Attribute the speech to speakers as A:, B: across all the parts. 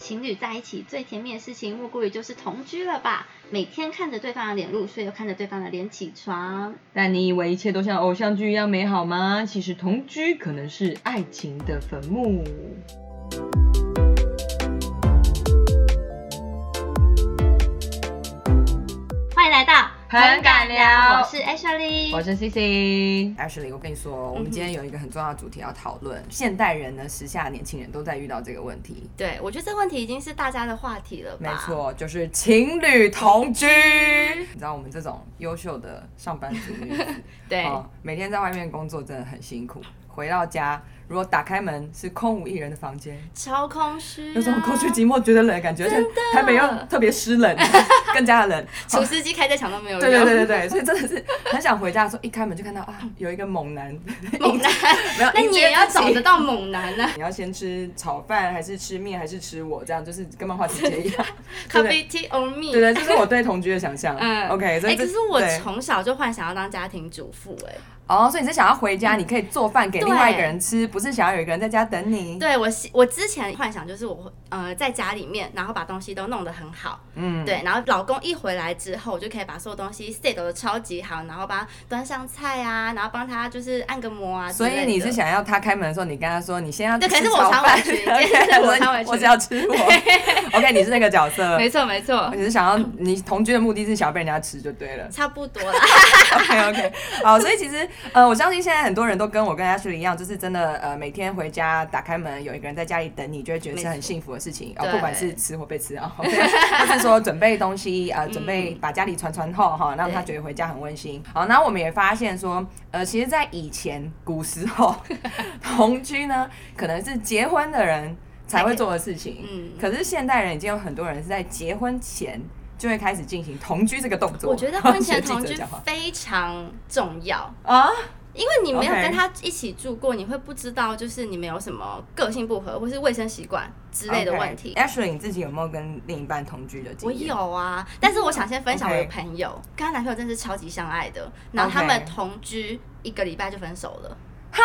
A: 情侣在一起最甜蜜的事情，莫过于就是同居了吧？每天看着对方的脸入睡，又看着对方的脸起床。
B: 但你以为一切都像偶像剧一样美好吗？其实同居可能是爱情的坟墓。
A: 欢迎来到
B: 很敢聊
A: 我是 Ashley，
B: 我是 C C，
C: Ashley，我跟你说，我们今天有一个很重要的主题要讨论，现代人呢，时下年轻人都在遇到这个问题。
A: 对，我觉得这问题已经是大家的话题了吧？
C: 没。错，就是情侣同居。你知道我们这种优秀的上班族 女子，
A: 对，
C: 哦，每天在外面工作真的很辛苦。回到家，如果打开门是空无一人的房间，
A: 超空虚、啊，
C: 有种空虚寂寞觉得冷的感觉，而且
A: 真的
C: 台北又特别 湿冷，更加的冷。
A: 厨师机开在墙上没有用。
C: 对对对对对，所以真的是很想回家的时候，一开门就看到 啊，有一个猛男，
A: 猛男，
C: 没有，
A: 那你也要找
C: 一
A: 得到猛男啊
C: 你要先吃炒饭，还是吃面，还是吃我？这样就是跟漫画情节一 样。对不对
A: ，Coffee Tea or Me。
C: 对对，这是我对同居的想象。
A: 嗯
C: ，OK，所
A: 哎、
C: 以这、
A: 可是我
C: 对
A: 从小就幻想要当家庭主妇、哎，
C: 哦，所以你是想要回家，你可以做饭给
A: 对嗯
C: 另外一个人吃，不是想要有一个人在家等你。
A: 对我希我之前幻想就是我会呃在家里面，然后把东西都弄得很好，
C: 嗯，
A: 对，然后老公一回来之后，我就可以把所有东西 set 的超级好，然后帮他端上菜啊，然后帮他就是按个摩啊之
C: 所
A: 类的，
C: 以你是想要他开门的时候，你跟他说你先要
A: 对
C: 吃
A: 可是我
C: 炒
A: 常
C: 饭
A: 回去
C: OK，
A: 我常回去
C: 我只要吃 我。OK，你是那个角色，
A: 没错没错，
C: 你是想要你同居的目的是想要被人家吃就对了。
A: 差不多 啦，
C: OK OK，好，所以其实呃，我相信现在很多人都跟我跟 Ashley 一样，就是真的呃，每天回家打开门，有一个人在家里等你，就会觉得是很幸福的事情。哦，
A: 对
C: 不管是吃或被吃啊、o k 或是说准备东西呃，准备把家里传传后哈，让他觉得回家很温馨。好，那我们也发现说，呃，其实，在以前古时候 同居呢，可能是结婚的人才会做的事情。
A: 嗯
C: 可是现代人已经有很多人是在结婚前。就会开始进行同居这个动作。
A: 我觉得婚
C: 学
A: 前
C: 记者
A: 同居
C: 讲话
A: 非常重要，
C: 啊，
A: 因为你没有
C: OK
A: 跟他一起住过，你会不知道就是你们有什么个性不合或是卫生习惯之类的问题。
C: OK Ashley，你自己有没有跟另一半同居的经
A: 我
C: 验？
A: 有啊，但是我想先分享我
C: OK
A: 的朋友跟她男朋友真的是超级相爱的，然后他们
C: OK
A: 同居一个礼拜就分手了。哈，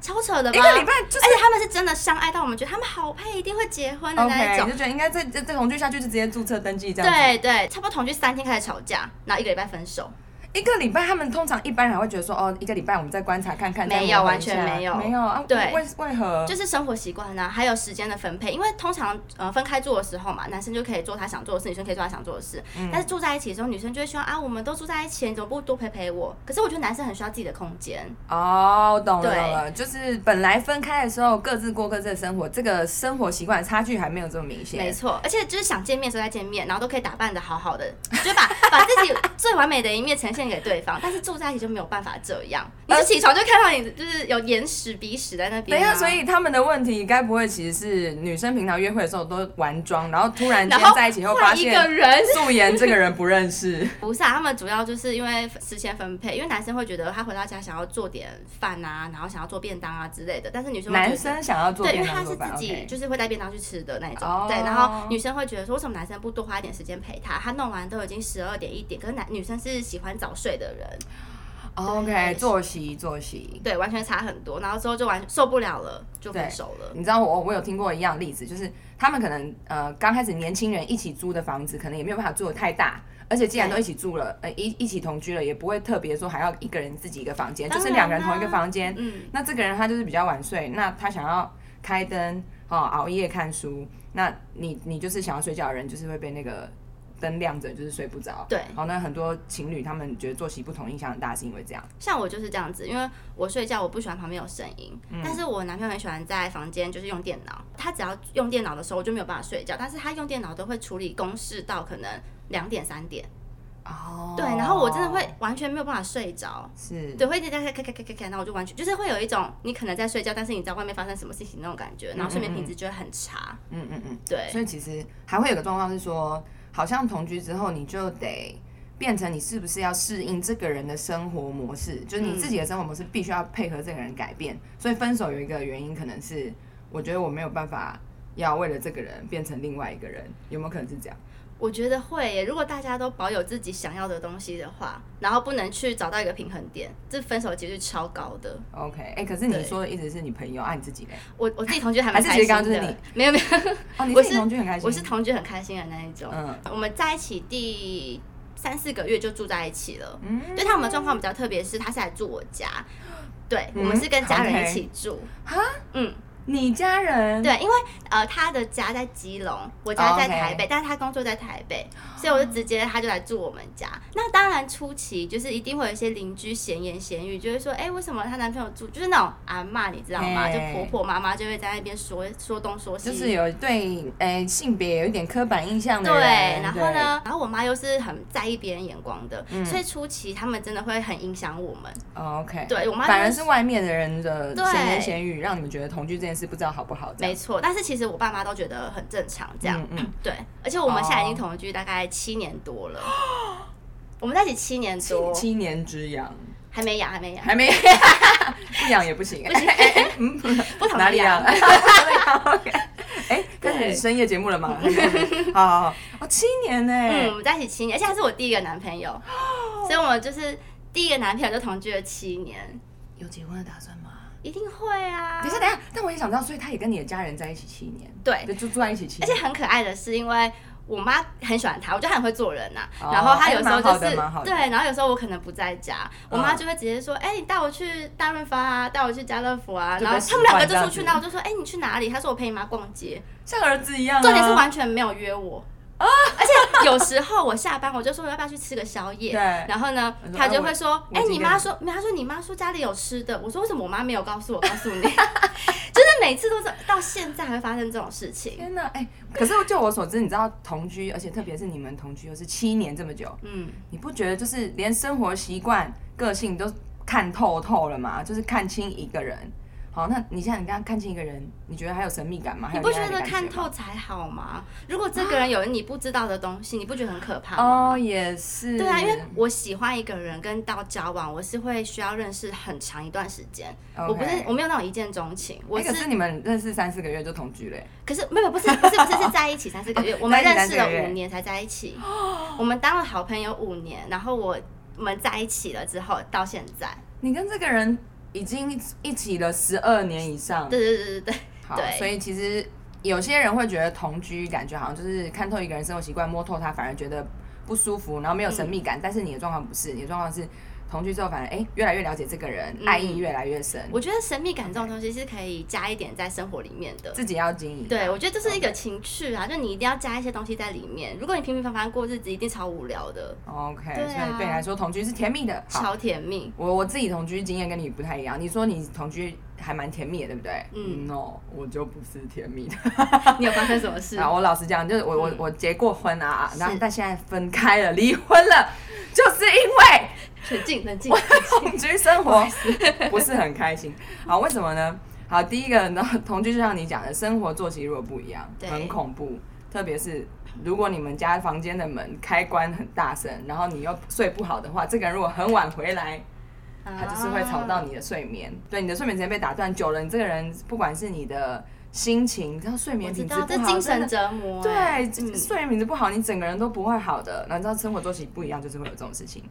A: 超扯的吧？
C: 一个礼拜就
A: 而
C: 是
A: 且他们是真的相爱到我们觉得他们好配，一定会结婚的那
C: OK，
A: 一种
C: 你。就觉得应该再再再同居下去就直接注册登记这样子。
A: 对对，差不多同居三天开始吵架，然后一个礼拜分手。
C: 一个礼拜他们通常一般人还会觉得说哦，一个礼拜我们再观察看看，再
A: 没
C: 磨
A: 有
C: 合一
A: 完全
C: 下
A: 没有
C: 没有啊？
A: 对
C: 为为何？
A: 就是生活习惯啊，还有时间的分配，因为通常呃分开住的时候嘛，男生就可以做他想做的事，女生可以做她想做的事。
C: 嗯
A: 但是住在一起的时候，女生就会希望啊，我们都住在一起，你怎么不多陪陪我？可是我觉得男生很需要自己的空间，
C: 哦，我懂了，
A: 对
C: 懂了，就是本来分开的时候各自过各自的生活，这个生活习惯的差距还没有这么明显。
A: 没错。而且就是想见面的时候再见面，然后都可以打扮的好好的， 就把把自己最完美的一面呈现给对方。但是住在一起就没有办法这样，你就起床就看到你就是有眼屎鼻屎在那
C: 等
A: 边、
C: 一
A: 啊。
C: 下，所以他们的问题该不会其实是女生平常约会的时候都玩妆，然后突然间
A: 然后
C: 在一起后发
A: 换一个
C: 现
A: 人，
C: 素颜这个人不认 识？
A: 不是啊，他们主要就是因为时间分配，因为男生会觉得他回到家想要做点饭啊，然后想要做便当啊之类的，但是女生会觉得
C: 男生想要做
A: 对，因
C: 便
A: 为
C: 当
A: 他是
C: 做饭
A: 自己
C: OK
A: 就是会带便当去吃的那一种，
C: 哦
A: 对，然后女生会觉得说，为什么男生不多花一点时间陪他？他弄完都已经十二点一点，可是男女生是喜欢早睡的人，
C: 哦 OK 作息作息。
A: 对，完全差很多，然后之后就完受不了了，就分手了。
C: 你知道我我有听过一样例子，就是他们可能呃刚开始年轻人一起租的房子，可能也没有办法住的太大，而且既然
A: 对
C: 都一起住了，呃一一起同居了，也不会特别说还要一个人自己一个房间，就
A: 当
C: 是
A: 然
C: 两个人
A: 啦
C: 同一个房间。
A: 嗯，
C: 那这个人他就是比较晚睡，那他想要开灯哦熬夜看书，那你你就是想要睡觉的人，就是会被那个灯亮着，就是睡不着。
A: 对
C: 好，那很多情侣他们觉得作息不同影响很大，是因为这样。
A: 像我就是这样子，因为我睡觉我不喜欢旁边有声音，
C: 嗯
A: 但是我男朋友很喜欢在房间就是用电脑，他只要用电脑的时候我就没有办法睡觉，但是他用电脑都会处理公事到可能两点三点，
C: 哦
A: 对，然后我真的会完全没有办法睡着。
C: 是
A: 对，会一直在开开开开开，然后我就完全就是会有一种你可能在睡觉，但是你知道外面发生什么事情那种感觉，然后睡眠品质就会很差。
C: 嗯嗯嗯，
A: 对
C: 所以其实还会有个状况是说，好像同居之后你就得变成你是不是要适应这个人的生活模式，就是你自己的生活模式必须要配合这个人改变。所以分手有一个原因可能是，我觉得我没有办法要为了这个人变成另外一个人，有没有可能是这样？
A: 我觉得会耶，如果大家都保有自己想要的东西的话，然后不能去找到一个平衡点，这分手的几率超高的。
C: OK，哎、可是你
A: 对
C: 说的一直是你朋友，啊，你自己嘞？
A: 我我自己同居还
C: 还
A: 蛮
C: 是
A: 开
C: 其实
A: 心的，
C: 刚刚就是你
A: 没有没有，
C: 哦，你
A: 我
C: 自己
A: 是
C: 同居很开心，
A: 我是同居很开心的那一种。
C: 嗯
A: 我们在一起第三四个月就住在一起了。
C: 嗯，
A: 对他们的状况比较特别，是他是来住我家，对、
C: 嗯
A: 我们是跟家人
C: OK
A: 一起住。
C: 哈，
A: 嗯，
C: 你家人
A: 对，因为呃，他的家在基隆，我家在
C: 哦 OK
A: 台北但是他工作在台北，所以我就直接他就来住我们家。那当然初期就是一定会有一些邻居闲言闲语，就会说，哎、为什么她男朋友住就是那种阿嬷，你知道吗？
C: 嘿
A: 就婆婆妈妈就会在那边说说东说西，
C: 就是有对诶、性别有一点刻板印象的
A: 对，
C: 人，
A: 然后呢，然后我妈又是很在意别人眼光的，
C: 嗯
A: 所以初期他们真的会很影响我们。
C: 对哦？OK，
A: 对我妈
C: 反而
A: 就是
C: 外面的人的
A: 对
C: 闲言闲语，让你们觉得同居这件事不知道好不好这样？
A: 没错，但是其实我爸妈都觉得很正常，这样、
C: 嗯嗯，
A: 对。而且我们现在已经
C: 哦
A: 同居大概七年多了， 我们在一起七年
C: 七
A: 多，
C: 七年之痒
A: 还没养，还 没养，哎
C: 还没不痒也不行，
A: 嗯 不同
C: 哪里啊痒？
A: 养。
C: 哎，开始
A: 啊对
C: 深夜节目了吗？ 好好好，哦，七年呢、
A: 嗯，我们在一起七年，而且他是我第一个男朋 友，所以我们就是第一个男朋友就同居了七年，
C: 有结婚的打算吗？
A: 一定会啊。
C: 等一下，等一下，但我也想知道，所以他也跟你的家人在一起七年，
A: 对
C: 就住在一起七
A: 而
C: 年，
A: 且很可爱的是，因为我妈很喜欢他，我觉得他很会做人呐、
C: 哦
A: 然后他有时
C: 哎蛮
A: 候就
C: 好的
A: 是、
C: 蛮好的嗯
A: 对，然后有时候我可能不在家，我妈就会直接说：“哎、你带我去大润发啊，带我去家乐福啊。”
C: 就被
A: 然后
C: 使
A: 他们两个
C: 唤
A: 就
C: 这样
A: 出去，
C: 子
A: 然后我就说：“哎、你去哪里？”他说：“我陪你妈逛街。
C: 像儿子一样、啊。
A: 重点是完全没有约我。
C: 啊
A: 而且有时候我下班，我就说我要不要去吃个宵夜？
C: 对
A: 然后呢
C: 他，说
A: 他
C: 哎
A: 就
C: 我
A: 会说：“
C: 我
A: 哎、
C: 今
A: 你
C: 天
A: 妈说，没有，他说你妈说家里有吃的。”我说：“为什么我妈没有告诉我？告诉你，就是每次都是到现在还会发生这种事情。
C: 天哪，哎、可是就我所知，你知道同居，而且特别是你们同居又是七年这么久，
A: 嗯，
C: 你不觉得就是连生活习惯、个性都看透透了吗？就是看清一个人。好，那你现在你刚刚看清一个人，你觉得还有神秘感吗？还
A: 你
C: 有
A: 不
C: 恋
A: 觉
C: 爱的
A: 得
C: 感
A: 看
C: 吗啊
A: 透才好吗？如果这个人有你不知道的东西，你不觉得很可怕吗？
C: 哦，也是。
A: 对啊，因为我喜欢一个人跟到交往，我是会需要认识很长一段时间。我不是
C: OK
A: 我没有那种一见钟情，我
C: 哎
A: 是
C: 可是你们认识三四个月就同居嘞、
A: 可是没有不是不是不是是在一起三四个月，我们
C: 哦在一起
A: 认识了
C: 三四个月哦
A: 五年才在一起，我们当了好朋友五年，然后我我们在一起了之后到现在，
C: 你跟这个人已经一起了十二年以上，
A: 对对对对对，
C: 好，
A: 对
C: 所以其实有些人会觉得同居感觉好像就是看透一个人生活习惯，摸透他，反而觉得不舒服，然后没有神秘感。但是你的状况不是，你的状况是同居之后，反而哎、越来越了解这个人，
A: 嗯
C: 爱意越来越深，
A: 我觉得神秘感这种东西是可以加一点在生活里面的。
C: 自己要经营。
A: 对，我觉得这是一个情趣啊，就你一定要加一些东西在里面。如果你平平凡凡过日子，一定超无聊的，
C: ，OK，、
A: 对啊
C: 所以对你来说同居是甜蜜的。好，
A: 超甜 蜜。
C: 我我自己同居经验跟你不太一样，你说你同居还蛮甜蜜的，对不对？
A: 嗯
C: ，no，我就不是甜蜜的。
A: 你有发生什么事？
C: 啊，我老实讲，就是我我
A: 嗯
C: 我结过婚啊，然后
A: 是
C: 但现在分开了，离婚了，就是因为
A: 冷静，冷静。
C: 同居生活 不是很开心。好，为什么呢？好，第一个呢，同居就像你讲的，生活作息如果不一样，
A: 对
C: 很恐怖。特别是如果你们家房间的门开关很大声，然后你又睡不好的话，这个人如果很晚回来，
A: 啊
C: 他就是会吵到
A: 你。
C: 你的睡眠。对，你的睡眠时间被打断久了，你这个人不管是你的心情，然后睡
A: 我
C: 眠
A: 知
C: 品质
A: 道，这
C: 不好，
A: 精
C: 真
A: 神
C: 的
A: 折磨欸。
C: 对，
A: 嗯
C: 睡眠品质不好，你整个人都不会好的。然后你知道生活作息不一样，就是会有这种事情。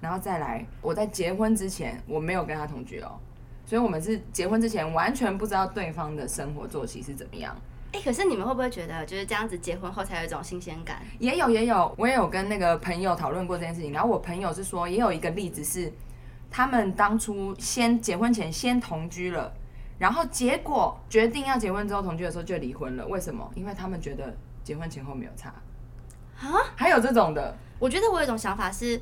C: 然后再来，我在结婚之前我没有跟他同居哦，所以我们是结婚之前完全不知道对方的生活作息是怎么样。
A: 哎，可是你们会不会觉得，就是这样子结婚后才有一种新鲜感？
C: 也有也有，我也有跟那个朋友讨论过这件事情。然后我朋友是说，也有一个例子是，他们当初先结婚前先同居了，然后结果决定要结婚之后同居的时候就离婚了。为什么？因为他们觉得结婚前后没有差
A: 啊。
C: 还有这种的，
A: 我觉得我有一种想法是。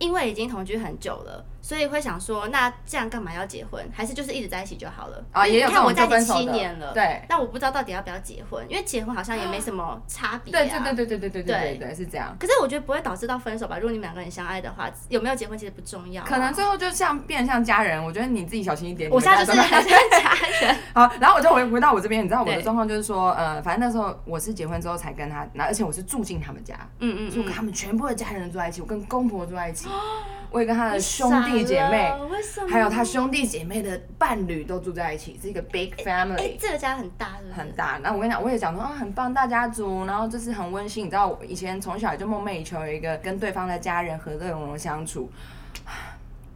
A: 因为已经同居很久了，所以会想说，那这样干嘛要结婚？还是就是一直在一起就好了
C: 啊，
A: 因
C: 也有这
A: 为你看我
C: 种
A: 在
C: 就分
A: 一起
C: 手
A: 七
C: 的
A: 年了，
C: 对。
A: 那我不知道到底要不要结婚，因为结婚好像也没什么差别、啊。
C: 对对对对对对对对对
A: 对
C: 对，是这样。
A: 可是我觉得不会导致到分手吧？如果你们两个人相爱的话，有没有结婚其实不重要啊、
C: 可能最后就像变得像家人，我觉得你自己小心一点。
A: 我
C: 你们
A: 现在
C: 家
A: 就是
C: 真的
A: 很像家人，
C: 好，然后我就回回到我这边，你知道我的
A: 对
C: 状况就是说，呃，反正那时候我是结婚之后才跟他，那而且我是住进他们家，
A: 嗯嗯
C: 住跟
A: 嗯，
C: 他们全部的家人住在一起，我跟公婆住在一起，我也跟他的兄弟姐妹
A: 嗯傻，了，为什么？
C: 还有他兄弟姐妹的伴侣都住在一起，是一个 big
A: 哎、
C: family。
A: 这个家很大，是不是？
C: 很。大，那我跟你讲，我也讲说啊，很棒大家族，然后就是很温馨。你知道，我以前从小就梦寐以求有一个跟对方的家人和乐融融相处。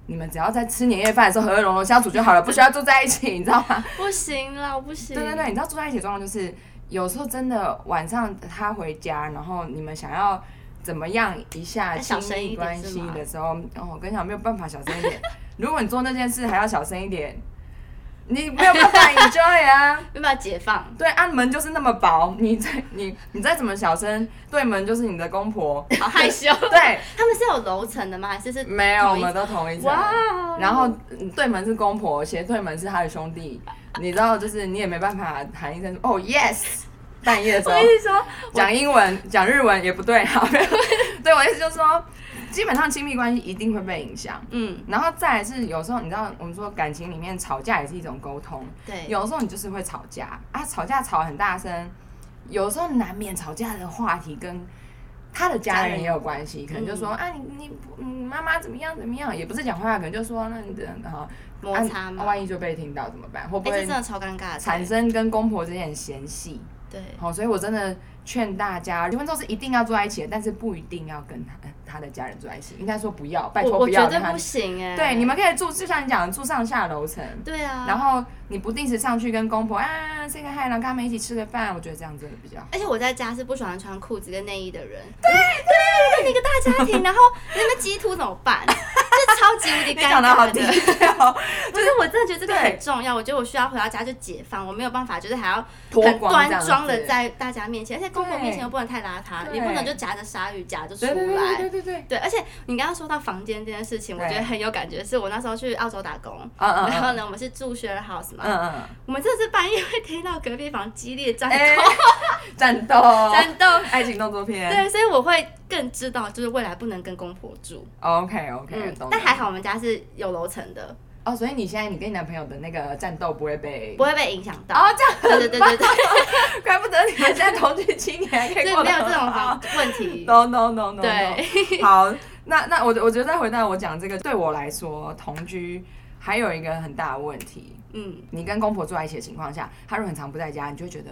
C: 你们只要在吃年夜饭的时候和乐融融相处就好了，不需要住在一起，你知道 吗？
A: 不行啦，我不行。
C: 对对对，你知道住在一起的状况就是，有时候真的晚上他回家，然后你们想要怎么样一下
A: 再
C: 亲
A: 小声一
C: 密
A: 点
C: 关
A: 是
C: 系
A: 吗
C: 的时候，哦，我跟你讲没有办法小声一点。如果你做那件事还要小声一点，你没有办法 enjoy 啊。
A: 有没有解放？
C: 对啊，门就是那么薄，你再你你再怎么小声，对门就是你的公 婆。
A: 好 害羞。
C: 对，
A: 他们是有楼层的吗？还是是
C: 没有，我
A: 同一
C: 们都同一层。
A: 哇，
C: 然后嗯对门是公婆，斜对门是他的兄弟，你知道，就是你也没办法喊一声哦 yes，半夜的时候
A: 我跟你说，
C: 讲英文、讲日文也不对，好， 没有对我意思就是说，基本上亲密关系一定会被影响。
A: 嗯，
C: 然后再来是有时候你知道，我们说感情里面吵架也是一种沟通，
A: 对，
C: 有时候你就是会吵架啊，吵架吵很大声，有时候难免吵架的话题跟他的家人也有关系，可能就
A: 嗯
C: 说、啊你你你妈妈怎么样怎么样，也不是讲坏话，可能就说那你的哈
A: 摩擦嘛。
C: 啊，万一就被听到怎么办？会不
A: 哎、这
C: 会
A: 真的超尴尬的。
C: 产生跟公婆之间的嫌隙？
A: 对，
C: 好、所以我真的劝大家，结婚之后是一定要住在一起的，但是不一定要跟他呃他的家人住在一起，应该说不要，拜
A: 我
C: 托
A: 我
C: 不要
A: 绝对
C: 跟他
A: 不。行哎、
C: 对，你们可以住，就像你讲的，住上下楼层。
A: 对啊，
C: 然后你不定时上去跟公婆啊 say 个 hi，然后跟他们一起吃个饭，我觉得这样真的比较好。
A: 而且我在家是不喜欢穿裤子跟内衣的人。对对，那你一个大家庭，然后你们基突怎么 办？这超级无敌
C: 你
A: 尴
C: 讲的好
A: 尬
C: 低
A: 的。
C: 调，
A: 不是，我真的觉得这个
C: 对
A: 很重要。我觉得我需要回到家就解放，我没有办法，就是还要
C: 脱
A: 很
C: 光这
A: 端
C: 样
A: 庄的
C: 子
A: 在大家面前，而且公婆面前又不能太邋遢，
C: 对
A: 也不能就夹着鲨鱼夹着出
C: 对对对对
A: 来。
C: 对对，
A: 对，而且你刚刚说到房间这件事情，我
C: 对
A: 觉得很有感觉。是我那时候去澳洲打工，
C: 嗯嗯
A: 然后
C: 嗯
A: 呢，我们是住 share house 嘛，
C: 嗯嗯，
A: 我们真的是半夜会听到隔壁房激烈战
C: 哎
A: 斗，，
C: 战斗，
A: 战斗。
C: 爱情动作片
A: 对，所以我会更知道，就是未来不能跟公婆住。
C: ，OK OK，
A: 嗯
C: 懂，。
A: 但还好我们家是有楼层的，
C: 哦，所以你现在你跟你男朋友的那个战斗不会被
A: 不。会被影响到。
C: 哦，这样
A: 对对对对对，
C: 怪不得你们现在同居七年还可
A: 所
C: 以
A: 以
C: 过
A: 没
C: 得
A: 有这种
C: 很好
A: 房问题。
C: no no no no，
A: 对
C: 好，那那我我觉得再回到我讲这个，对我来说，同居还有一个很大的问题，
A: 嗯，
C: 你跟公婆住在一起的情况下，他如果很常不在家，你就会觉得，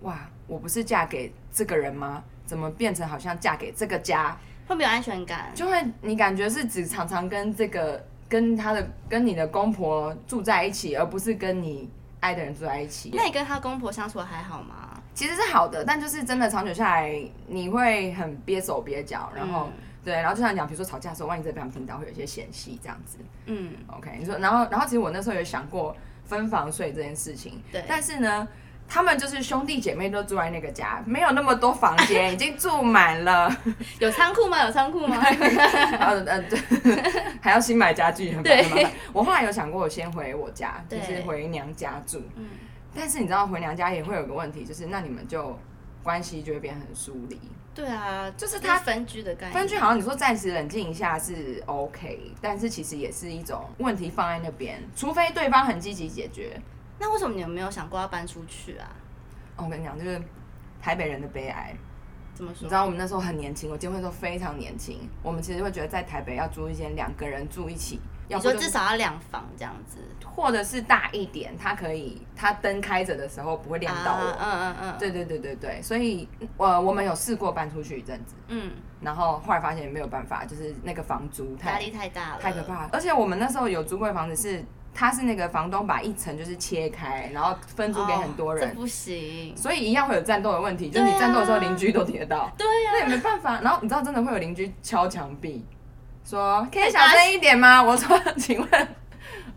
C: 哇，我不是嫁给这个人吗？怎么变成好像嫁给这个家？
A: 会没有安全感。
C: 就会你感觉是只常常跟这个跟他的跟你的公婆住在一起，而不是跟你爱的人住在一起。
A: 那你跟他公婆相处得还好吗？
C: 其实是好的，但就是真的长久下来，你会很憋手憋脚，然后、对，然后就像你讲，比如说吵架的时候，万一真的被他们听到，会有一些嫌隙这样子。
A: 嗯，
C: OK，你说，然后然后其实我那时候有想过分房睡这件事情，
A: 对
C: 但是呢。他们就是兄弟姐妹都住在那个家，没有那么多房间，已经住满了。
A: 有仓库吗？有仓库吗？
C: 呃呃，对，还要新买家具，很麻
A: 对
C: 很麻烦。我后来有想过，我先回我家，就
A: 对
C: 是回娘家住。
A: 嗯
C: 但是你知道，回娘家也会有个问题，就是那你们就关系就会变很疏离。
A: 对啊，
C: 就是他
A: 分居的概念。
C: 分居好像你说暂时冷静一下是 OK，但是其实也是一种问题放在那边，除非对方很积极解决。
A: 那为什么你有没有想过要搬出去啊？
C: 哦我跟你讲，就是台北人的悲哀。
A: 怎么
C: 你
A: 说
C: 知？道我们那时候很年轻，我结婚的时候非常年轻，我们其实会觉得在台北要租一间两个人住一起，要
A: 你
C: 不
A: 说
C: 就
A: 至
C: 是
A: 少要两房这样子。
C: 或者是大一点，它可以它灯开着的时候不会亮到我。
A: 啊嗯嗯嗯，
C: 对对对对对，所以呃，我们有试过搬出去一阵子，
A: 嗯，
C: 然后后来发现没有办法，就是那个房租
A: 压
C: 太
A: 力太大了，
C: 太可。怕了。而且我们那时候有租过的房子是，它是那个房东把一层就是切开，然后分租给很多
A: 哦
C: 人，
A: 这不行。
C: 所以一样会有战斗的问题，就
A: 对
C: 是
A: 啊
C: 你战斗的时候邻居都听得到，
A: 对呀、
C: 那也没办法。然后你知道真的会有邻居敲墙壁，说可以小声一点吗？我说请问，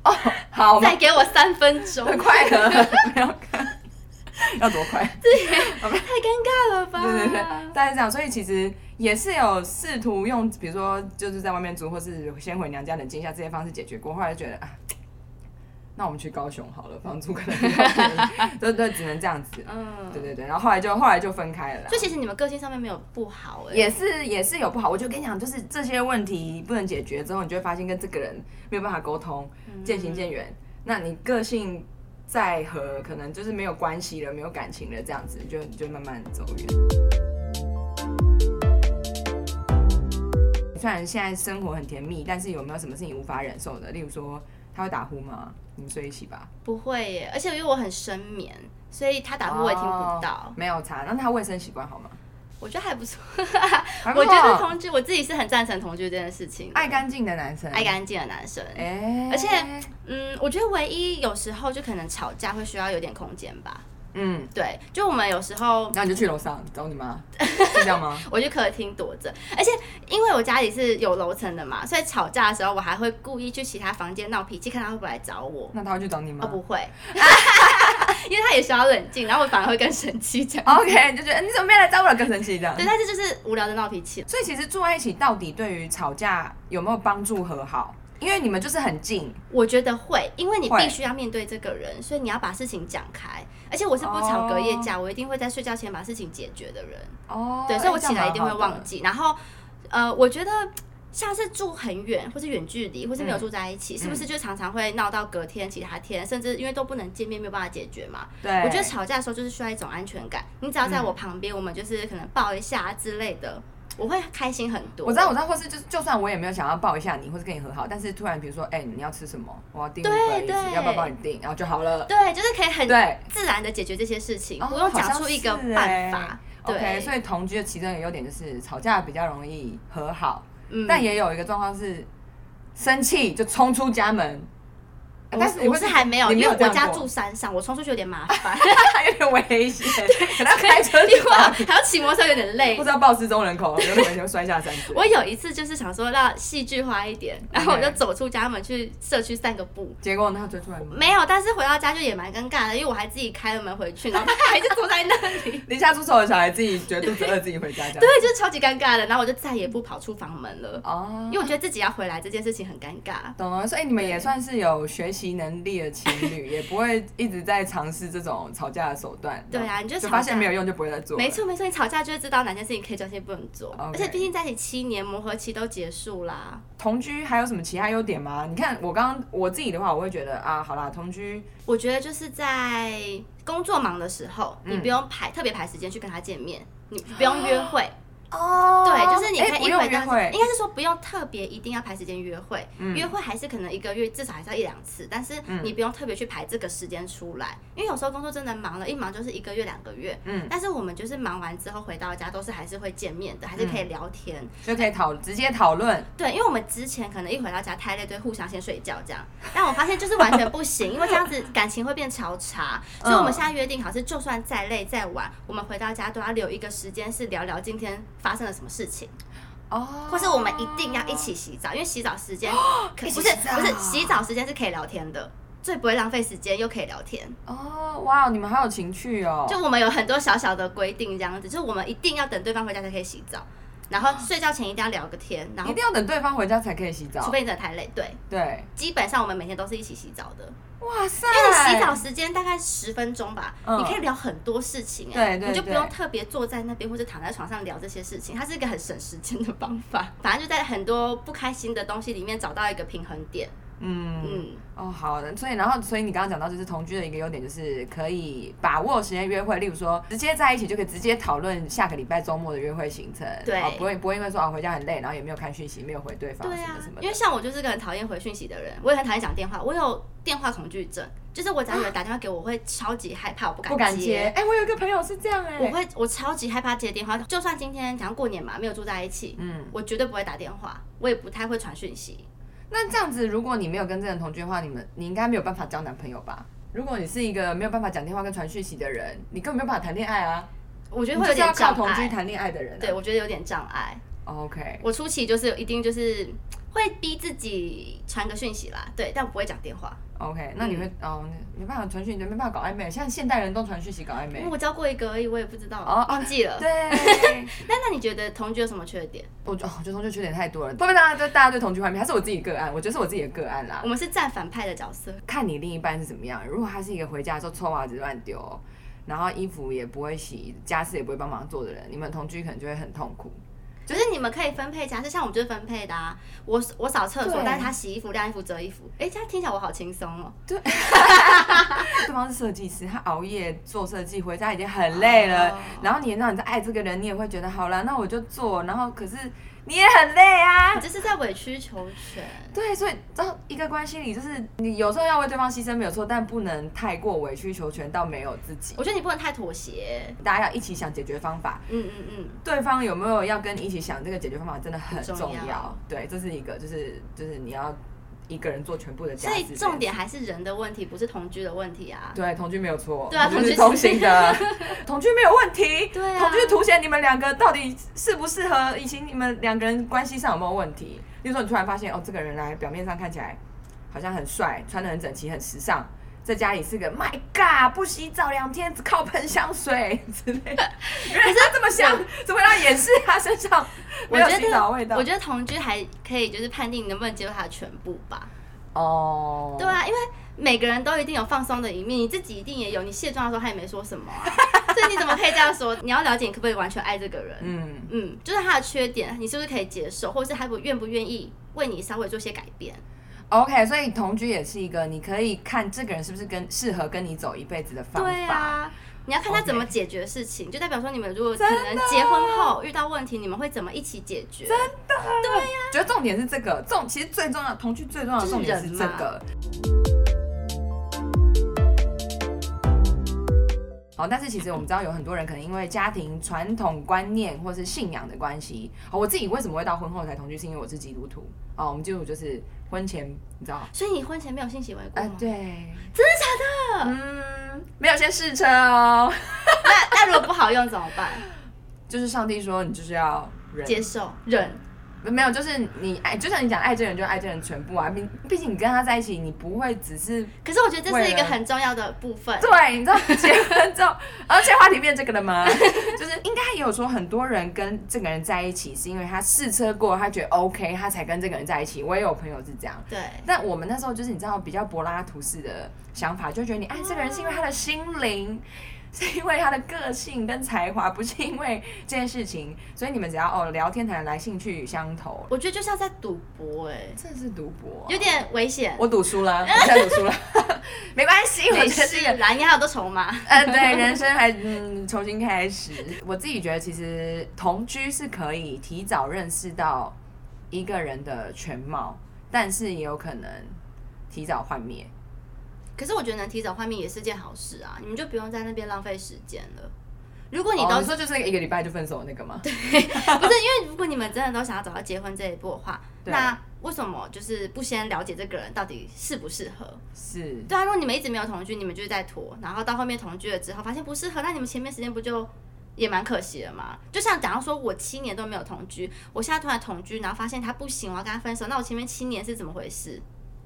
C: 哦，好，我们
A: 再给我三分钟，
C: 很快了， 不要看，要多快？
A: 太尴尬了吧？
C: 对对对，大概是这样。所以其实也是有试图用，比如说就是在外面租，或是先回娘家冷静一下这些方式解决过，后来就觉得啊，那我们去高雄好了，房租可能比较便宜，对对，只能这样子。
A: 嗯，
C: 对对对，然后后来就后来就分开了啦
A: 所以其实你们个性上面没有不好哎、
C: 也是也是有不好，我就跟你讲，就是这些问题不能解决之后，你就会发现跟这个人没有办法沟通，
A: 嗯
C: 渐行渐远。那你个性再和可能就是没有关系了，没有感情了，这样子就就慢慢走远。虽然现在生活很甜蜜，但是有没有什么是你无法忍受的？例如说他会打呼吗？你们睡一起吧，
A: 不会耶，而且因为我很深眠，所以他打呼我也听不到
C: 哦，没有差。那他卫生习惯好吗？
A: 我觉得还不错。
C: 还不
A: 我
C: 错哎
A: 觉得同居，我自己是很赞成同居这件事情的，
C: 爱干净的男生，
A: 爱干净的男生。
C: 哎，
A: 而且嗯，我觉得唯一有时候就可能吵架会需要有点空间吧。
C: 嗯，
A: 对，就我们有时候
C: 那你就去楼上找你 妈，是这样吗？
A: 我去客厅躲着，而且因为我家里是有楼层的嘛，所以吵架的时候我还会故意去其他房间闹脾气，看他会不会来找我。
C: 那他会去找你
A: 哦，
C: 吗
A: 不会， 因为他也需要冷静，然后我反而会更生气这样。
C: ？OK，你就觉得你怎么没来找我了，更生气这样
A: 对，。但是就是无聊的闹脾气。
C: 所以其实住在一起到底对于吵架有没有帮助和好？因为你们就是很近，
A: 我觉得会，因为你
C: 会
A: 必须要面对这个人，所以你要把事情讲开。而且我是不吵隔夜架，我一定会在睡觉前把事情解决的人。
C: 哦
A: 对，所以我起来一定会忘。
C: 哎
A: 记。然后，呃，我觉得像是住很远，或是远距离，或是没有住在一起，是不是就常常会闹到隔天、其他天，甚至因为都不能见面，没有办法解决嘛？
C: 这样蛮好的对，嗯
A: 我觉得吵架的时候就是需要一种安全感，你只要在我旁边，我们就是可能抱一下啊之类的，我会开心很多。
C: 我知道，我知道，或是就就算我也没有想要抱一下你，或是跟你和好，但是突然比如说，哎、你要吃什么？我要订
A: 对
C: Uber Eats，
A: 对
C: 要不要帮你订？然后就好了。
A: 对，就是可以很
C: 对
A: 自然的解决这些事情，
C: 哦
A: 不用讲出一个办
C: 好像是
A: 法
C: 欸。
A: 对，
C: OK，所以同居的其中一个优点就是吵架比较容易和好，
A: 嗯
C: 但也有一个状况是生气就冲出家门。
A: 我
C: 哎但是你
A: 我
C: 会
A: 是还没有，
C: 你
A: 因
C: 没
A: 为
C: 有这
A: 我
C: 样
A: 家
C: 过
A: 住山上，我冲出去有点 麻烦，
C: 有点危 险，可能要开车
A: 因
C: 去
A: 为
C: 吧，
A: 还要骑摩托车有点累
C: 不。知道暴失踪人口，有可能就摔下山去。
A: 我有一次就是想说让戏剧化一点，然后我就走出家门去社区散个步。
C: 结果呢，他追出来吗？
A: 没有，但是回到家就也蛮尴尬的，因为我还自己开了门回去，然后他还是坐在那里，
C: 离家出走的小孩自己觉得肚子饿，自己回家这样。
A: 对，就是超级尴尬的。然后我就再也不跑出房门了，
C: 哦
A: 因为我觉得自己要回来这件事情很尴尬。
C: 懂了，所以你们也算是有学习能力的情侣，也不会一直在尝试这种吵架的手段。
A: 对啊你就
C: 就
A: 吵架
C: 发现没有用，就不会再做。
A: 没，错没错，你吵架就会知道哪件事情可以做，哪件事情不能做。
C: OK
A: 而且毕竟在一起七年，磨合期都结束啦。
C: 同居还有什么其他优点吗？你看我刚刚我自己的话，我会觉得啊，好啦，同居
A: 我觉得就是在工作忙的时候，你不用排、特别排时间去跟他见面，你不用约会。
C: 哦
A: 对，就是你可
C: 哎
A: 以
C: 不
A: 一
C: 用
A: 回
C: 约
A: 到，
C: 会嗯
A: 应，该是说不用特别一定要排时间约会，约会还是可能一个月至少还是要一两次，但是你不用特别去排这个时间出来，因为有时候工作真的忙了，一忙就是一个月两个月，
C: 嗯
A: 但是我们就是忙完之后回到家都是还是会见面的，还是可以
C: 嗯
A: 聊天，
C: 就可以讨直接讨论。
A: 对，因为我们之前可能一回到家太累，对，互相先睡觉这样。但我发现就是完全不行，因为这样 子感情会变潮差。
C: 嗯
A: 所以我们现在约定好是，就算再累再晚，我们回到家都要留一个时间是聊聊今天发生了什么事情，
C: 哦，
A: 或是我们一定要一起洗澡，因为洗澡 时间可
C: 一起
A: 不是
C: 洗澡
A: 不是洗澡时间是可以聊天的。最不会浪费时间，又可以聊天，
C: 哦，哇，你们好有情趣哦。
A: 就我们有很多小小的规定，这样子，就是我们一定要等对方回家才可以洗澡，然后睡觉前一定要聊个天，然
C: 哦
A: 后
C: 一定要等对方回家才可以洗澡
A: 除。非你真的太累，对，
C: 对，
A: 基本上我们每天都是一起洗澡的，
C: 哇塞，
A: 因为你洗澡时间大概十分钟吧，
C: 嗯
A: 你可以聊很多事情、
C: 对
A: 哎，
C: 对
A: 你就不
C: 对
A: 用特别坐在那边或者躺在床上聊这些事情，它是一个很省时间的方法。反正就在很多不开心的东西里面找到一个平衡点，
C: 嗯。
A: 嗯，
C: 哦，好的，所以然后，所以你刚刚讲到，就是同居的一个优点，就是可以把握时间约会，例如说直接在一起就可以直接讨论下个礼拜周末的约会行程，
A: 对
C: 哦、不会不会因为说啊回家很累，然后也没有看讯息，没有回对方
A: 对
C: 什
A: 啊
C: 么什，么
A: 因
C: 的
A: 为，像我就是个很讨厌回讯息的人，我也很讨厌讲电话，我有电话恐惧症，就是我只要有人打电话给我，我会超级害怕，我不敢
C: 啊不敢接。哎、我有一个朋友是这样哎、
A: 我会，我超级害怕接电话，就算今天讲过年嘛，没有住在一起，
C: 嗯
A: 我绝对不会打电话，我也不太会传讯息。
C: 那这样子，如果你没有跟这个人同居的话，你们你应该没有办法交男朋友吧？如果你是一个没有办法讲电话跟传讯息的人，你根本没有办法谈恋爱啊，
A: 我觉
C: 你
A: 得会
C: 就
A: 有
C: 是要
A: 点
C: 靠
A: 障
C: 同居
A: 碍。
C: 谈恋爱的人、啊。
A: 对，我觉得有点障碍。
C: ，OK，
A: 我初期就是一定就是会逼自己传个讯息啦，对，但我不会讲电话，嗯
C: OK，那你会、哦，没办法传讯息，没办法搞暧昧，像现代人都传讯息搞暧
A: 因
C: 昧
A: 为。我交过一个而已，我也不知道，
C: 哦
A: 忘记了。
C: 对，
A: 那那你觉得同居有什么缺点？
C: 我觉哦，我觉得同居缺点太多了，会不会大家对大家对同居怀疑？还是我自己个案？我觉得是我自己的个案啦
A: 我。们是站反派的角色，
C: 看你另一半是怎么样，如果他是一个回家之后臭袜子乱丢，然后衣服也不会洗，家事也不会帮忙做的人，你们同居可能就会很痛苦。
A: 可是你们可以分配家事，像我们就是分配的啊。我我扫厕所
C: 对，
A: 但是他洗衣服、晾衣服、折衣服。哎，这样听起来我好轻松哦。
C: 对方是设计师，他熬夜做设计，回家已经很累了
A: 哦
C: 然后你也知道你在爱这个人，你也会觉得好啦，那我就做。然后可是你也很累啊
A: 你。这是在委曲求全。
C: 对，所以到一个关系里，就是你有时候要为对方牺牲没有错，但不能太过委曲求全到没有自己。
A: 我觉得你不能太妥协。
C: 大家要一起想解决方法，
A: 嗯嗯嗯，
C: 对方有没有要跟你一起想这个解决方法真的很重要。
A: 重要
C: 对，这是一个，就是就是你要一个人做全部的家
A: 所
C: 事。
A: 以重点还是人的问题，不是同居的问题啊。
C: 对同居没有错，
A: 对啊
C: 同居是
A: 同
C: 同
A: 居
C: 行 的，同居没有问题。
A: 对啊
C: 同居凸显你们两个到底适不适合，以及你们两个人关系上有没有问题。比如说，你突然发现哦，这个人来表面上看起来好像很帅，穿的很整齐，很时尚。在家里是个 My God，不洗澡两天，只靠喷香水 之类的。原来他这么香，怎么要掩饰他身上
A: 我
C: 没有
A: 觉
C: 洗澡的味
A: 得，
C: 道？
A: 我觉得同居还可以，就是判定能不能接受他的全部吧。
C: 哦，
A: 对啊，因为每个人都一定有放松的一面，你自己一定也有。你卸妆的时候他也没说什么、啊，所以你怎么可以这样说？你要了解你可不可以完全爱这个人？
C: 嗯，
A: 嗯，就是他的缺点，你是不是可以接受，或者是他不愿不愿意为你稍微做些改变？
C: OK，所以同居也是一个你可以看这个人是不是跟适合跟你走一辈子的方法。
A: 对啊，你要看他
C: OK
A: 怎么解决事情就代表说你们如果可能结婚后遇到问题，你们会怎么一起解决？
C: 觉得重点是这个，重其实最重要，同居最重要的重点是这
A: 就是人
C: 个。好，但是其实我们知道有很多人可能因为家庭传统观念或是信仰的关系，哦好，我自己为什么会到婚后才同居，是因为我是基督徒哦，我们基督徒就是婚前你知道，
A: 所以你婚前没有性行为过
C: 呃
A: 吗，？
C: 对，
A: 哦真的假的？
C: 嗯，没有先试车哦，
A: 那那如果不好用怎么办？
C: 就是上帝说你就是要忍
A: 接受忍。
C: 没有，就是你爱，就像你讲爱这个人就爱这个人全部啊，毕毕竟你跟他在一起，你不会只是
A: 可是我觉得这是
C: 为
A: 一个
C: 了
A: 很重要的部分。
C: 对，你知道结婚之后，而且话题变这个了吗？ 就是应该也有说，很多人跟这个人在一起，是因为他试车过，他觉得 OK，他才跟这个人在一起。我也有朋友是这样。
A: 对，
C: 但我们那时候就是你知道比较柏拉图式的想法，就觉得你啊爱这个人是因为他的心灵， 是因为他的个性跟才华，不是因为这件事情。所以你们只要哦聊天谈得来，兴趣相投，
A: 我觉得就像在赌博、哎，
C: 这是赌博啊、
A: 有点危险。
C: 我赌输 了，我现在赌输了， 没关系，我
A: 没
C: 觉得这
A: 事
C: 个
A: 啦，你还有很多筹码。
C: 呃，对，人生还嗯重新开始。我自己觉得，其实同居是可以提早认识到一个人的全貌，但是也有可能提早幻灭。
A: 可是我觉得能提早换面也是件好事啊，你们就不用在那边浪费时间了。如果你
C: 哦
A: 都、
C: 你说就是一个礼拜就分手那个吗？
A: 不啊是因为如果你们真的都想要走到结婚这一步的话，
C: 对
A: 那为什么就是不先了解这个人到底适不适合？
C: 是，
A: 对啊，如果你们一直没有同居，你们就是在拖，然后到后面同居了之后发现不适合，那你们前面时间不就也蛮可惜的嘛？就像假如说我七年都没有同居，我现在突然同居，然后发现他不行，我要跟他分手，那我前面七年是怎么回事？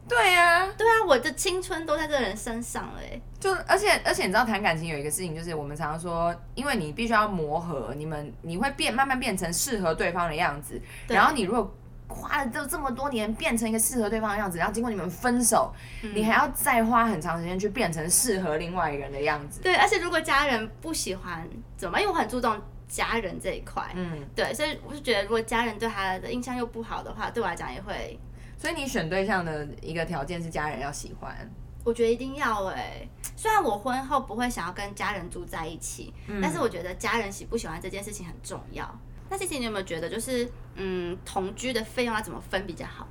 C: 对呀、
A: 对啊，我的青春都在这个人身上了、欸，
C: 就而且而且你知道谈感情有一个事情，就是我们常常说，因为你必须要磨合，你们你会变慢慢变成适合对方的样子，
A: 对
C: 然后你如果。花了这这么多年变成一个适合对方的样子，然后经过你们分手，
A: 嗯
C: 你还要再花很长时间去变成适合另外一个人的样子。
A: 对，而且如果家人不喜欢怎么办？因为我很注重家人这一块，
C: 嗯，
A: 对，所以我是觉得如果家人对他的印象又不好的话，对我来讲也会，
C: 所以你选对象的一个条件是家人要喜欢。
A: 我觉得一定要哎、虽然我婚后不会想要跟家人住在一起，但是我觉得家人喜不喜欢这件事情很重要。那谢谢你有没有觉得就是嗯，同居的费用要怎么分比较好？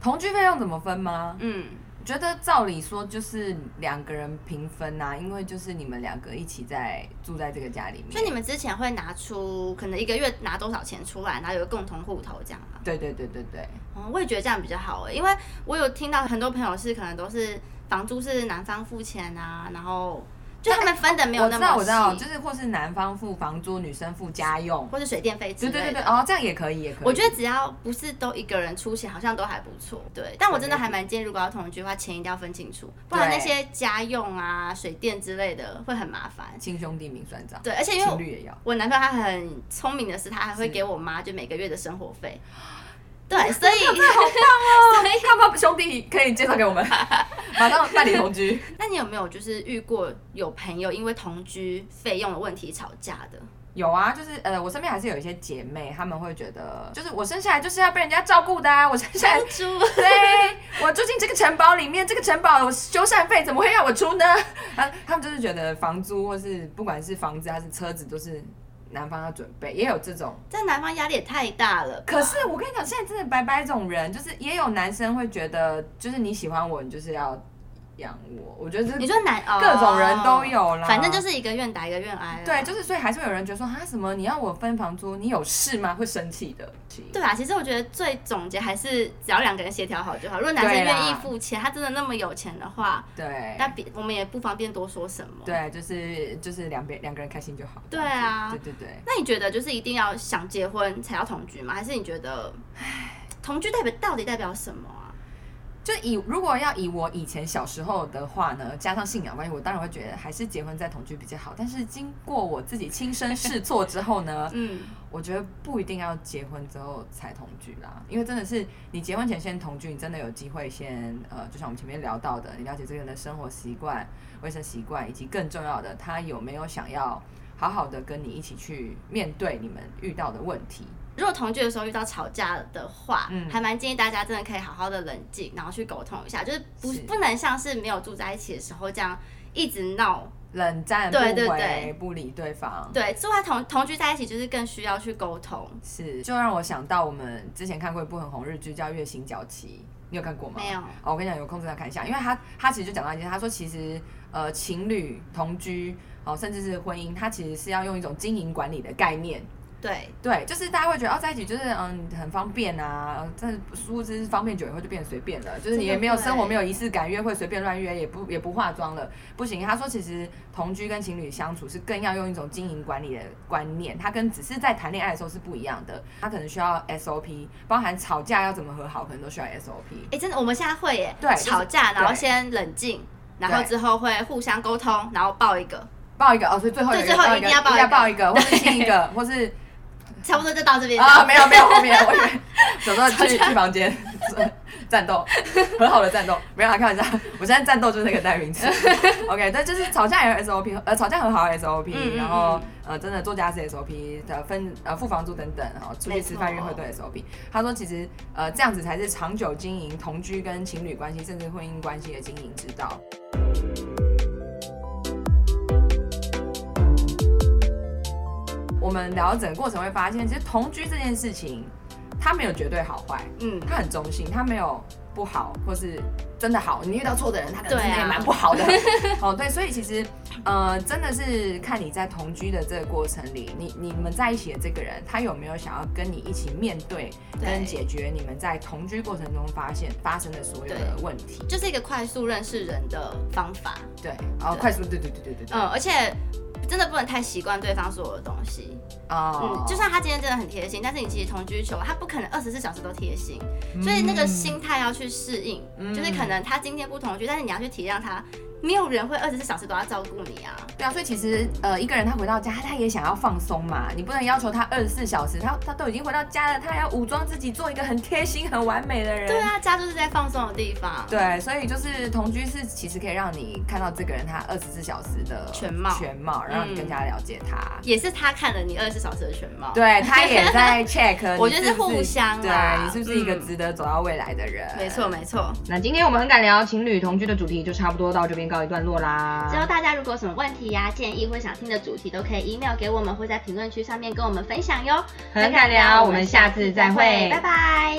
C: 同居费用怎么分吗？
A: 嗯，
C: 觉得照理说就是两个人平分呐、因为就是你们两个一起在住在这个家里面。
A: 所以你们之前会拿出可能一个月拿多少钱出来，然后有个共同户头这样吗？
C: 对对对对对。
A: 哦，我也觉得这样比较好欸，因为我有听到很多朋友是可能都是房租是男方付钱啊，然后就他们分的没有
C: 哎我
A: 那
C: 知
A: 么细，
C: 道，我知道，就是或是男方付房租，女生付家用。
A: 或是水电费之
C: 对
A: 类
C: 对
A: 的。
C: 对对，哦，这样也可以，也可以。
A: 我觉得只要不是都一个人出钱，好像都还不错。对，但我真的还蛮建议，如果要同居的话，钱一定要分清楚，不然那
C: 对
A: 些家用啊、水电之类的会很麻烦。
C: 亲兄弟明算账，
A: 对，而且因为
C: 情
A: 我
C: 侣也 要。
A: 我男朋友他很聪明的是，他还会
C: 是
A: 给我妈就每个月的生活费。 对，所以
C: 他们兄弟可以介绍给我 们，马上办理同居。
A: 那你有没有就是遇过有朋友因为同居费用的问题吵架的？
C: 有啊，就是呃，我身边还是有一些姐妹，她们会觉得，就是我生下来就是要被人家照顾的啊，我生下来。
A: 猪，
C: 对，我住进这个城堡里面，这个城堡我修缮费怎么会 要我出呢？啊，他们就是觉得房租或是不管是房子还是车子，都是男方要准备，也有这种。
A: 在男方压力也太大了吧。
C: 可是我跟你讲，现在真的白白这种人，就是也有男生会觉得，就是你喜欢我，你就是要养我。我觉得这
A: 你说男哦
C: 各种人都有啦
A: 反正就是一个愿打一个愿挨啊啦。
C: 对，就是所以还是会有人觉得说，啊什么你要我分房租，你有事吗？会生气的。
A: 对啊，其实我觉得最总结还是只要两个人协调好就好。如果男生
C: 对啦
A: 愿意付钱，他真的那么有钱的话，
C: 对
A: 那比我们也不方便多说什么。，
C: 对，就是就是两边两个人开心就好。
A: 对啊
C: 对对对。
A: 那你觉得就是一定要想结婚才要同居吗？还是你觉得，唉同居代表到底代表什么啊？，
C: 就以如果要以我以前小时候的话呢，加上信仰关系，我当然会觉得还是结婚再同居比较好。但是经过我自己亲身试错之后呢
A: 嗯，
C: 我觉得不一定要结婚之后才同居啦，因为真的是你结婚前先同居，你真的有机会先呃，就像我们前面聊到的，你了解这个人的生活习惯、卫生习惯，以及更重要的，他有没有想要好好的跟你一起去面对你们遇到的问题。
A: 如果同居的时候遇到吵架的话，
C: 嗯
A: 还蛮建议大家真的可以好好的冷静，然后去沟通一下，就是不
C: 是
A: 不能像是没有住在一起的时候这样一直闹。
C: 冷战不
A: 对
C: 回
A: 对对
C: 不理对方，
A: 对，住在同同居在一起就是更需要去沟通。
C: 是，就让我想到我们之前看过一部很红日剧叫《月薪娇妻》，你有看过吗？
A: 没有
C: 哦，我跟你讲，有空真的看一下，因为他他其实就讲到一件，他说其实呃情侣同居哦，甚至是婚姻，它其实是要用一种经营管理的概念。
A: 对，
C: 对，就是大家会觉得哦，在一起就是嗯很方便啊，但是殊不知方便久以后就变得随便了，就是你也没有
A: 真的会
C: 生活没有仪式感，约会随便乱约，也不也不化妆了，不行。他说其实同居跟情侣相处是更要用一种经营管理的观念，他跟只是在谈恋爱的时候是不一样的，他可能需要 SOP，包含吵架要怎么和好，可能都需要 SOP。
A: 哎，真的，我们现在会耶，
C: 对就是
A: 吵架，然后
C: 对
A: 先冷静，然后
C: 对
A: 之后会互相沟通，然后报一个，
C: 报一个哦，所以最后有
A: 对
C: 一个
A: 最后
C: 报
A: 一
C: 个
A: 定要报
C: 一
A: 一
C: 定要
A: 个
C: 报一个，或是亲一 个，或是
A: 差不多就到这边
C: 嗯啊，没有没有后面，我 以为想说去去房间 战斗，很好的战斗，没有啊啦，开玩笑，我现在战斗就是那个代名 词。OK，但就是吵架也有 SOP，呃，吵架很好的 SOP，、
A: 嗯嗯
C: 然后呃，真的做家事 SOP，呃，分呃付房租等等，然后出去
A: 没
C: 吃饭
A: 错
C: 约会都 SOP。他说其实呃这样子才是长久经营同居跟情侣关系，甚至婚姻关系的经营之道。我们聊整个过程会发现，其实同居这件事情，它没有绝对好坏，
A: 嗯，
C: 它很中性，它没有不好或是真的好。你遇到错的人，他可能真的
A: 对啊
C: 也蛮不好的。
A: 啊
C: 哦，对，所以其实呃，真的是看你在同居的这个过程里，你你们在一起的这个人，他有没有想要跟你一起面对
A: 对
C: 跟解决你们在同居过程中发现发生的所有的问题。
A: 就是一个快速认识人的方法。
C: 对，然后
A: 对
C: 快速，对对对对对对，
A: 嗯，而且真的不能太习惯对方所有的东西。
C: 哦
A: 嗯，就算他今天真的很贴心，但是你其实同居久了，他不可能二十四小时都贴心，所以那个心态要去适应。就是可能他今天不同居，但是你要去体谅他，没有人会二十四小时都要照顾你啊。
C: 对啊，所以其实呃，一个人他回到家，他也想要放松嘛，你不能要求他二十四小时，他他都已经回到家了，他还要武装自己，做一个很贴心、很完美的人。
A: 对啊，家就是在放松的地方。
C: 对，所以就是同居是其实可以让你看到这个人他二十四小时的
A: 全貌嗯
C: 全貌，让你更加了解他。
A: 也是他看了你二十小时的全貌。
C: 对他也在 check，你
A: 我觉得
C: 是
A: 是
C: 不
A: 互相嗯
C: 对
A: 啦
C: 你是不是一个
A: 嗯
C: 值得走到未来的人？
A: 没错，没错。
B: 那今天我们很敢聊情侣同居的主题就差不多到这边告一段落啦。
D: 之后大家如果有什么问题
A: 啊
D: 呀、建议或想听的主题，都可以 email 给我们，或在评论区上面跟我们分享哟。
B: 很敢聊，我们下次再会，
D: 拜拜。